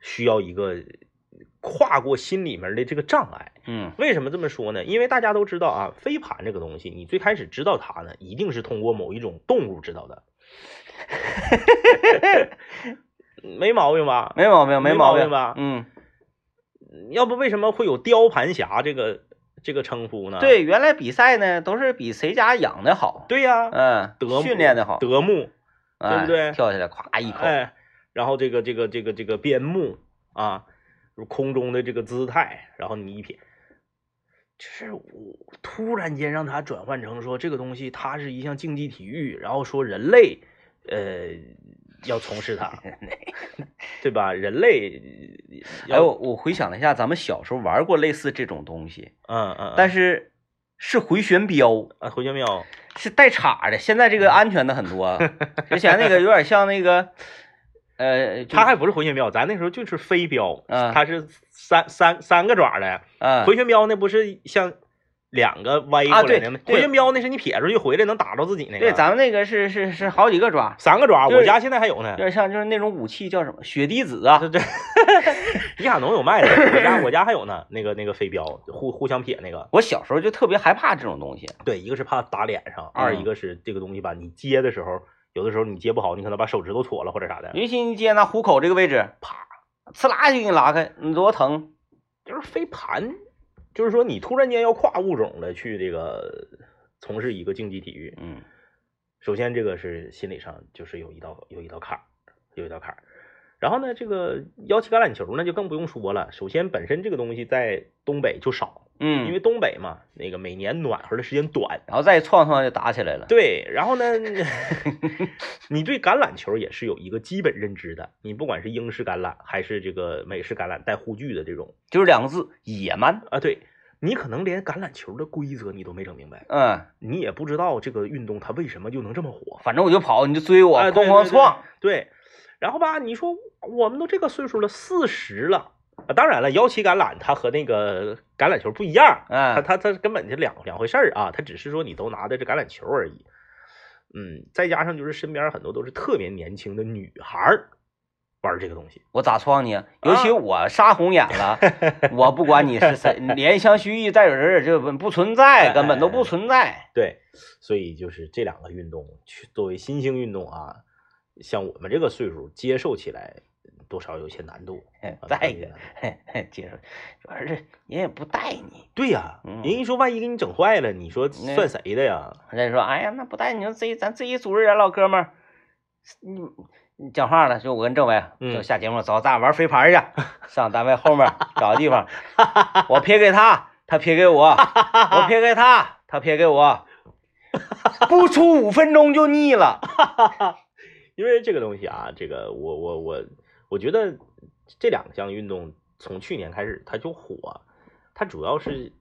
需要一个跨过心里面的这个障碍。
嗯
为什么这么说呢？因为大家都知道啊，飞盘这个东西，你最开始知道它呢，一定是通过某一种动物知道的， 没毛病吧？
没毛病
没
毛
毛
病
病吧
嗯，
要不为什么会有雕盘侠这个这个称呼呢？
对，原来比赛呢都是比谁家养的好，
对呀、
嗯，
德牧
训练的好，
德牧，
哎
不对
跳下来，咵一口，
哎，然后这个这个这个这个边牧啊，空中的这个姿态，然后你一瞥，就是我突然间让他转换成说这个东西它是一项竞技体育，然后说人类呃要从 事它，对吧？人类
哎，
要，
我我回想了一下，咱们小时候玩过类似这种东西，
嗯嗯，
但
是
是是回旋镖，
啊，回旋镖，
是带叉的。现在
嗯
这个安全的很多啊，之前那个有点像那个，呃，就
它还不是回旋镖，咱那时候就是飞镖，
啊
它是三三三个爪的，
啊
回旋镖那不是像两个歪过
啊
来
对
的吗？
对
回旋镖那是你撇出去回来能打着自己那个。
对，咱们那个是是是好几个爪，
三个爪，
就是
我家现在还有呢
有。点像就是那种武器叫什么雪滴子啊，
嗯对对，伊卡侬有卖 的，我家我家还有呢。那个那个飞镖，互互相撇那个。
我小时候就特别害怕这种东西，
对，一个是怕打脸
嗯
上，二一个是这个东西吧，你接的时候，有的时候你接不好，你可能把手指头戳了或者啥的。
尤其你接那虎口这个位置，啪，呲啦就给你拉开，你多疼！
就是飞盘，就是说你突然间要跨物种的去这个从事一个竞技体育，
嗯，
首先这个是心理上就是有一道有一道坎儿，有一道坎儿。然后呢，这个腰旗橄榄球呢就更不用说了。首先本身这个东西在东北就少，
嗯，
因为东北嘛，那个每年暖和的时间短。
然后再撞撞就打起来了，
对，然后呢，你对橄榄球也是有一个基本认知的。你不管是英式橄榄还是这个美式橄榄带护具的这种
就是两个字，野蛮。
啊，对你可能连橄榄球的规则你都没整明白，
嗯，
你也不知道这个运动它为什么就能这么火。
反正我就跑，你就追我，
哎对
哐哐
对对
撞。
对，然后吧，你说我们都这个岁数了，四十了啊，当然了，腰旗橄榄它和那个橄榄球不一样，它
嗯，
它它根本就两两回事儿啊，它只是说你都拿的这橄榄球而已。嗯，再加上就是身边很多都是特别年轻的女孩儿玩这个东西，
我咋撞你啊？尤其我杀红眼 了，我不管你是谁，怜香惜玉在有人就不不存
哎
在，根本都不存在。
对，所以就是这两个运动去作为新兴运动啊，像我们这个岁数接受起来多少有些难度。啊
再一，
有些
个，
难度
嘿嘿，接着，主要是人也不带你，
对呀、
嗯
人一说万一给你整坏了，你说
那
算谁的呀？人
人家说，哎呀，那不带你就自己咱自己组织人，老哥们儿，你你讲话了，就我跟政委
嗯
就下节目，走，咱俩玩飞盘去，上单位后面找个地方，我撇给他，他撇给我，我撇给他，他撇给我，不出五分钟就腻 了。
因为这个东西啊，这个我我我我觉得这两项运动从去年开始它就火，它主要是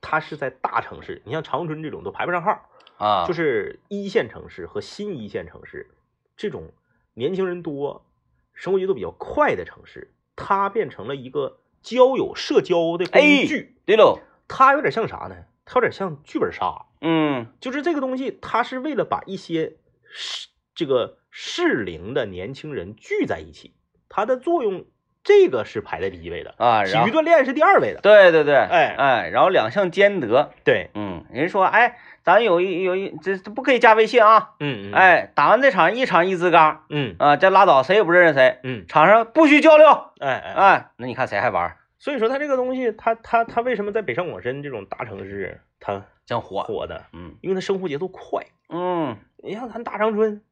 它是在大城市，你像长春这种都排不上号，
啊，
就是一线城市和新一线城市这种年轻人多、生活节奏比较快的城市，它变成了一个交友社交的工
哎
具，
对喽，
它有点像啥呢？它有点像剧本杀。
嗯
就是这个东西，它是为了把一些适这个适龄的年轻人聚在一起，它的作用这个是排在第一位的，
啊，
体
然
育
后
锻炼是第二位的。
对对对，
哎
哎，然后两项兼得，
对，
嗯，人说，哎，咱有一有一这这不可以加微信啊，
嗯，哎，
哎，打完这场一场一支杆。
嗯
啊，这拉倒，谁也不认识谁，
嗯，
场上不许交流。
哎哎哎，
哎，那你看谁还玩儿？
所以说它这个东西，它它它为什么在北上广深这种大城市它
真火。
火的？
嗯
因为它生活节奏快。
嗯，
你像咱大长春，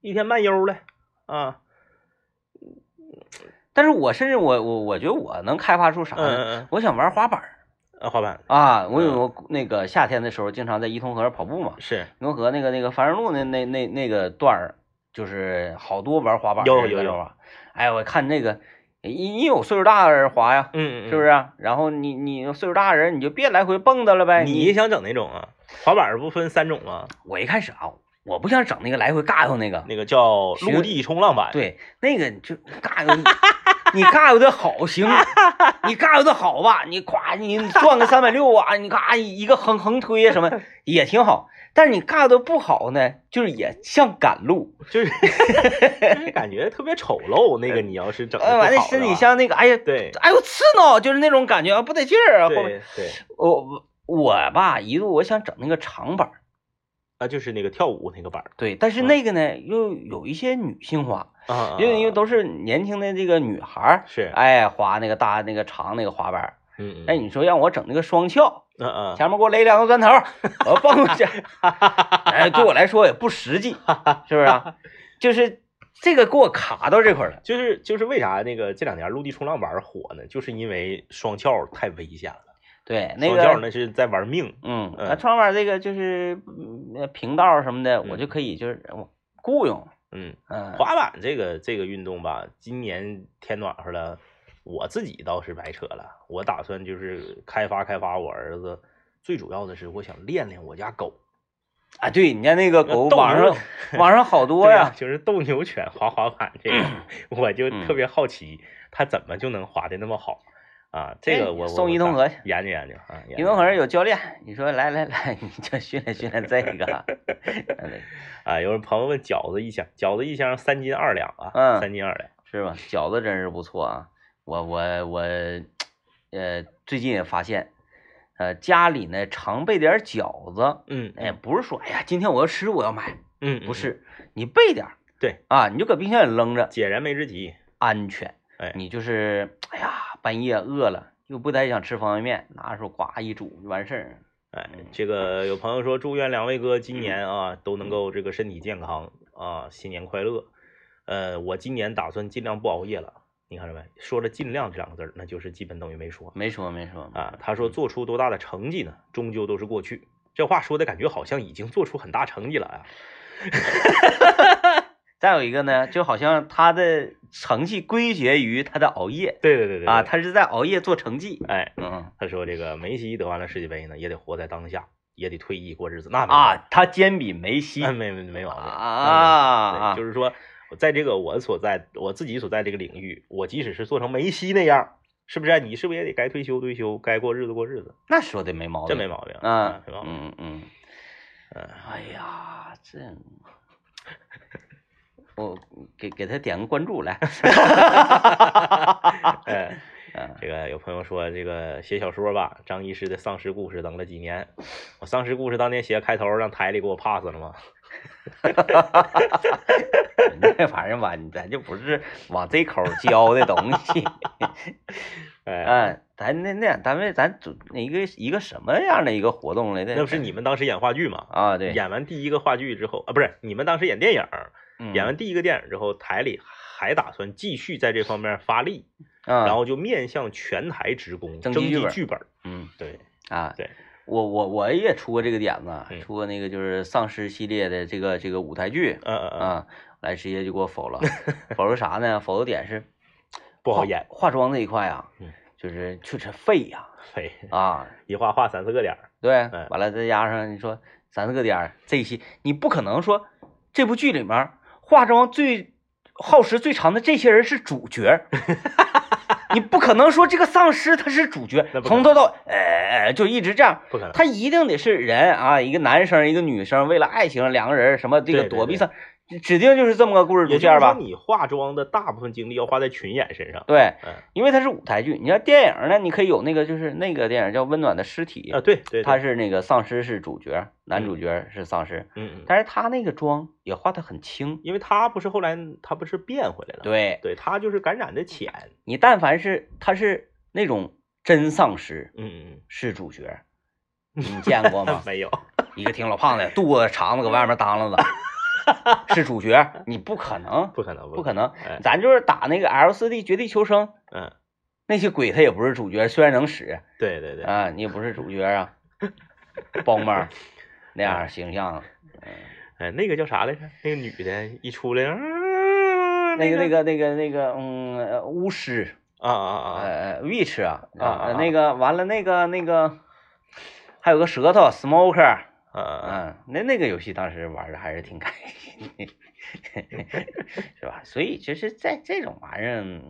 一天慢悠的啊，
但是我甚至我我我觉得我能开发出啥
嗯
呢？
嗯
我想玩滑板儿
嗯，啊，滑板
啊！我
嗯
有个那个夏天的时候，经常在伊通河跑步嘛。
是
伊通河那个那个繁荣路那那那那个段儿，就是好多玩滑板的
有
人
有
在那
有
玩。哎，我看那个，因因为有岁数大的人滑呀，
嗯嗯，
是不是？然后你你岁数大的人，你就别来回蹦跶了呗。
嗯？你也想整哪种啊？滑板不分三种吗？
我一开始啊，我不想整那个来回尬悠那个，
那个叫陆地冲浪板，
对，那个你就尬游，你尬游的好行，你尬游的好吧，你夸你转个三百六啊，你咔一个横横推啊什 么也挺好。但是你尬游的不好呢，就是也像赶路，
就是就是感觉特别丑陋。那个你要是整得
哎，
不
完了
好的
身体
话
像那个，哎呀，
对
哎呦刺挠，就是那种感觉啊，不得劲儿啊。后面
对对
我我我吧，一度我想整那个长板儿，
啊，就是那个跳舞那个板儿
对，但是
嗯
那个呢又有一些女性化，
啊，
因为因为
啊
都是年轻的这个女孩儿，哎
是
哎，滑那个大那个长那个滑板儿，
嗯，
那你说让我整那个双翘，
嗯嗯，
前面给我勒两个砖头，我要蹦过去，哎，对我来说也不实际，是不是、啊？就是这个给我卡到这块儿了。
就是就是为啥那个这两年陆地冲浪板火呢？就是因为双翘太危险了，
对，那
双翘
个，
那是在玩命。
嗯，
嗯
那窗板这个就是嗯呃频道什么的，我就可以就是我雇佣，
嗯，
嗯，
滑板这个这个运动吧，今年天暖和了，我自己倒是白扯了。我打算就是开发开发我儿子，最主要的是我想练练我家狗，
啊，对你家那个狗
斗
网
牛
上网上好多
对呀、
呀，嗯
就是斗牛犬滑滑板这个，我就特别好奇，他怎么就能滑的那么好啊？这
哎
个我我
送
我
伊藤
打
和去
研究研究啊，研
运
究
动盒有教练，你说来来来，你就训练训练这个，啊嗯
啊。有人朋友问饺子一箱，饺子一箱三斤二两啊，
嗯
三斤二两，
是吧？饺子真是不错啊，我我我，呃，最近也发现，呃，家里呢常备点儿饺子，
嗯
哎，不是说哎呀，今天我要吃我要买，
嗯，
不
嗯
是，你备点儿，
对
啊，你就搁冰箱里扔着，
嗯解燃眉之急，
安全。
哎
你就是哎呀，半夜饿了又不太想吃方便面，拿手呱一煮就完事儿。
哎，这个有朋友说，祝愿两位哥今年啊都能够这个身体健康啊，新年快乐。呃，我今年打算尽量不熬夜了，你看着没？说了“尽量”这两个字儿，那就是基本等于没说
没说没说，
啊。他说，做出多大的成绩呢，终究都是过去。这话说的感觉好像已经做出很大成绩了啊。
再有一个呢，就好像他的成绩归结于他的熬夜
对对对对
啊，他是在熬夜做成绩。
哎，
嗯
他说这个梅西得完了世界杯呢，也得活在当下，也得退役过日子。那没毛
啊
病，，
他兼比梅西
那 没没没毛病那没
啊，
对，就是说，在这个我所在我自己所在这个领域，我即使是做成梅西那样，是不是啊、你是不是也得该退休退休，该过日子过日子？
那说的没毛
这
病，
没毛病
啊，
没毛病。
嗯嗯，
嗯
哎呀，这 我给给他点个关注 来，
哎，
嗯
这个有朋友说，这个写小说吧，张医师的丧尸故事等了几年，我丧尸故事当年写开头让台里给我 pass 了吗？
这 玩意嗯儿吧，你咱就不是往这口儿教的东 西，
哎，
嗯，咱那那样单位咱组一个一个什么样的一个活动来的？
那不是你们当时演话剧吗？
啊，对，
演完第一个话剧之后啊，不是你们当时演电影儿，
嗯
演完第一个电影之后，台里还打算继续在这方面发力。
啊，
然后就面向全台职工
征
征
集剧
集
本
剧本儿。
嗯
对，
啊，
对，
我我我也出过这个点子，
嗯
出过那个就是丧尸系列的这个这个舞台剧
嗯嗯嗯，
啊，来直接就给我否 了，否了啥呢？否的点是
不好
化
演，
化妆这一块啊
嗯，
就是确实废呀
嘿，
啊，
一画画三四个点儿，
对
嗯，
完了再加上你说咱这个点儿这一些，你不可能说这部剧里面儿化妆最耗时最长的这些人是主角 儿，你不可能说这个丧尸他是主角
那，不可
从头到尾哎哎就一直这样，
不可 能。
他一定得是人啊，一个男生一个女生，为了爱情两个人什么这个
对对
躲避
对
丧，指定就是这么个故事主
也就
线
是说，
吧？
你化妆的大部分精力要花在群演身上。
对，
嗯
因为它是舞台剧，你要电影呢，你可以有那个就是那个电影叫《温暖的尸体》
啊，对对，
他
是
是那个丧尸是主角，男主角是丧尸，
嗯嗯，
但是他那个妆也画的很轻。
因为他不是后来他不是变回来了，
对
对，他就是感染的浅。
你，但凡是他是那种真丧尸
嗯
是主角，你见过
嗯 嗯
吗，？
没有，
一个挺老胖的，肚子肠子搁外面耷拉着， 是主角，你不可能，
不可能，
不
可
可能。
哎
咱就是打那个 L 四 D 绝地求生，
嗯，
那些鬼他也不是主角，虽然能使
对对对，
啊，你也不是主角啊，包妹 儿那样形象，
哎，那个叫啥来着？那个女的一出来，啊
那个那个那个那个嗯，呃巫师。
啊啊啊，
呃，witch 啊，
啊啊
呃
啊
那个完了，那个那个，还有个舌头 smoker，
啊
嗯、
啊，
那那个游戏当时玩的还是挺开心的， 是吧？所以其实，在这种玩意儿，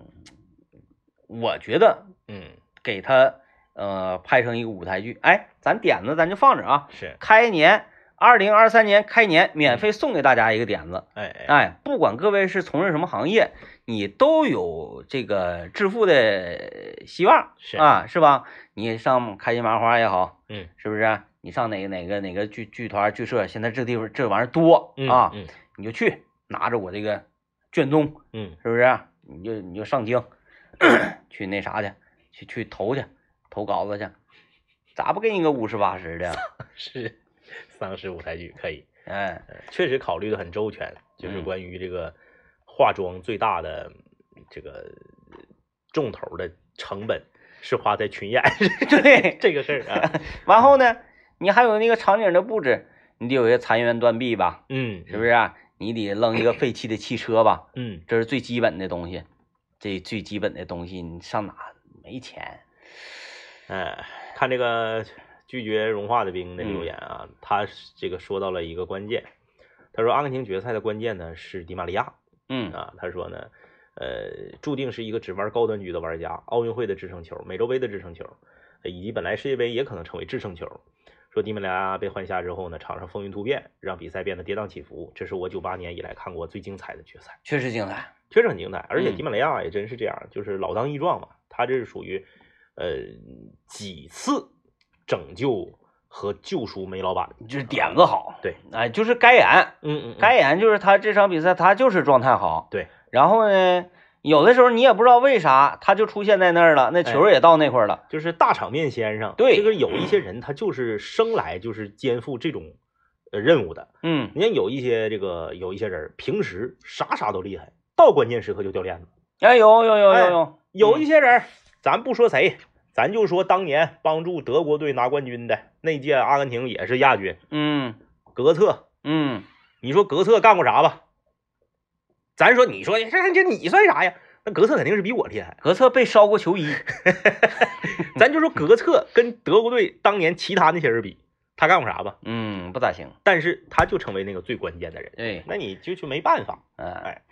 我觉得
嗯，
给他呃拍成一个舞台剧，哎，咱点子咱就放着啊，
是，
开年。二零二三年开年免费送给大家一个点子，
哎哎，
哎，不管各位是从事什么行业，你都有这个致富的希望，
是
啊，是吧？你上开心麻花也好，
嗯，
是不是？你上哪个哪个哪个剧剧团剧社，现在这地方这玩意儿多
嗯
啊，
嗯
你就去拿着我这个卷宗，
嗯
啊 是不是？你就你就上京去那啥去，去去投去，投稿子去，咋不给你个五十八十的？
是丧尸舞台剧可以，
哎，
呃确实考虑的很周全，就是
嗯
关于这个化妆最大的这个重头的成本是花在群演
对，
这个事儿啊，
完后呢，你还有那个场景的布置，你得有些残垣断壁吧，
嗯，
是不是、啊？你得扔一个废弃的汽车吧，
嗯，
这是最基本的东西，这最基本的东西，你上哪没钱？
哎，看这个拒绝融化的冰的留言啊，他是这个说到了一个关键，他说阿根廷决赛的关键呢是迪玛利亚
嗯
啊，他说呢，呃，注定是一个只玩高端局的玩家，奥运会的制胜球，美洲杯的制胜球，呃以及本来世界杯也可能成为制胜球。说迪玛利亚被换下之后呢，场上风云突变，让比赛变得跌宕起伏。这是我九八年以来看过最精彩的决赛。
确实精彩。
确实很精彩，而且
嗯
迪马雷亚也真是这样，就是老当益壮嘛。他这是属于，呃，几次拯救和救赎梅老板。
就是点子好，
对，
哎，就是该演，
嗯嗯
该演就是他这场比赛他就是状态好，
对。
然后呢，有的时候你也不知道为啥他就出现在那儿
哎
了，那球也到那块儿了，
就是大场面先生。
对
这个有一些人他就是生来就是肩负这种呃任务的。
嗯，
你看有一些这个有一些人平时啥啥都厉害，到关键时刻就掉链子。
哎，有有有有
哎
有，
有一
嗯
些人，咱不说谁，咱就说当年帮助德国队拿冠军的那届阿根廷也是亚军，
嗯
格策。
嗯，
你说格策干过啥吧？咱说，你说这这你算啥呀？那格策肯定是比我厉害。
格策被烧过球衣，
咱就说格策跟德国队当年其他那些人比，他干过啥吧？
嗯，不咋行，哎
但是他就成为那个最关键的人，
对，
那你就就没办法。
嗯、
哎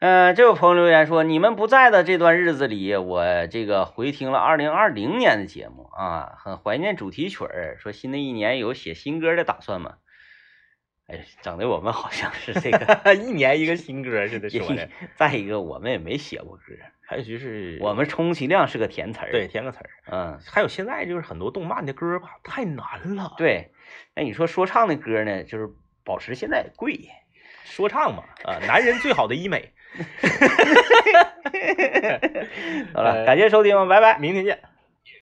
嗯、这位朋友留言说，你们不在的这段日子里，我这个回听了二零二零年的节目啊，很怀念主题曲儿。说新的一年有写新歌的打算吗？哎，整的我们好像是这个。
一年一个新歌似的说的，
再一个，我们也没写过歌，
还有就是
我们充其量是个填词儿。
对，填个词儿。
嗯，
还有现在就是很多动漫的歌吧，太难了。，
对。那你说说唱的歌呢，就是宝石现在也贵，
说唱嘛，啊、男人最好的医美。
好了，
呃
感谢收听，拜拜。
哎明天见。